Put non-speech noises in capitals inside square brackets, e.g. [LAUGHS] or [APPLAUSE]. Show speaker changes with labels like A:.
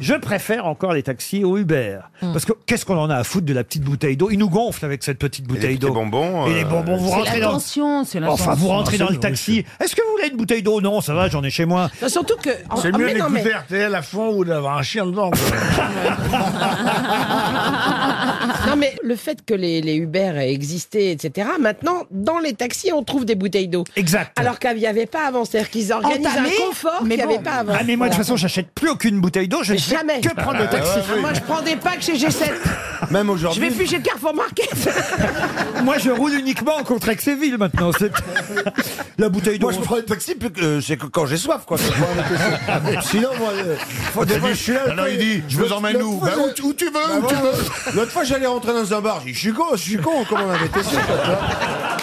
A: Je préfère encore les taxis au Uber. Parce que qu'est-ce qu'on en a à foutre de la petite bouteille d'eau Ils nous gonflent avec cette petite bouteille d'eau.
B: bonbons,
A: Et les
B: euh,
A: bonbons, vous
B: C'est
A: rentrez dans...
C: l'attention, c'est
A: Enfin, vous
C: l'attention.
A: rentrez dans le taxi. Est-ce que vous voulez une bouteille d'eau Non, ça va, j'en ai chez moi.
D: Surtout que.
E: C'est
D: Ah,
E: mieux
D: mais non, mais-
E: d'écouter RTL à fond ou d'avoir un chien dedans.
D: Non, mais le fait que les, les Uber aient existé, etc., maintenant, dans les taxis, on trouve des bouteilles d'eau.
A: Exact.
D: Alors qu'il n'y avait pas avant. C'est-à-dire qu'ils organisent
C: Entamé,
D: un confort qu'il
C: mais
D: n'y avait
C: bon.
D: pas avant.
A: Ah mais moi de toute façon j'achète plus aucune bouteille d'eau, je ne fais Ah,
D: Jamais.
A: que prendre le taxi.
D: Ah, moi, je prends des packs chez G7.
E: hein.
B: Même
D: Je
B: aujourd'hui.
D: vais plus chez Carrefour Market.
A: Moi je roule uniquement en contre Séville maintenant. c'est-
B: [LAUGHS]
A: La bouteille d'eau.
B: Moi, je prends le taxi plus que, euh, c'est que quand j'ai soif, quoi. C'est pas un taxi. [LAUGHS] Sinon, moi, euh,
E: Ah,
B: faut des fois, je suis là.
E: Non, non, il dit, je vous emmène où Bah, où tu- où tu veux, où tu
B: veux. L'autre fois, j'allais rentrer dans un bar. J'ai dit, Je suis con, je suis con, comme on avait testé. quoi, tu vois.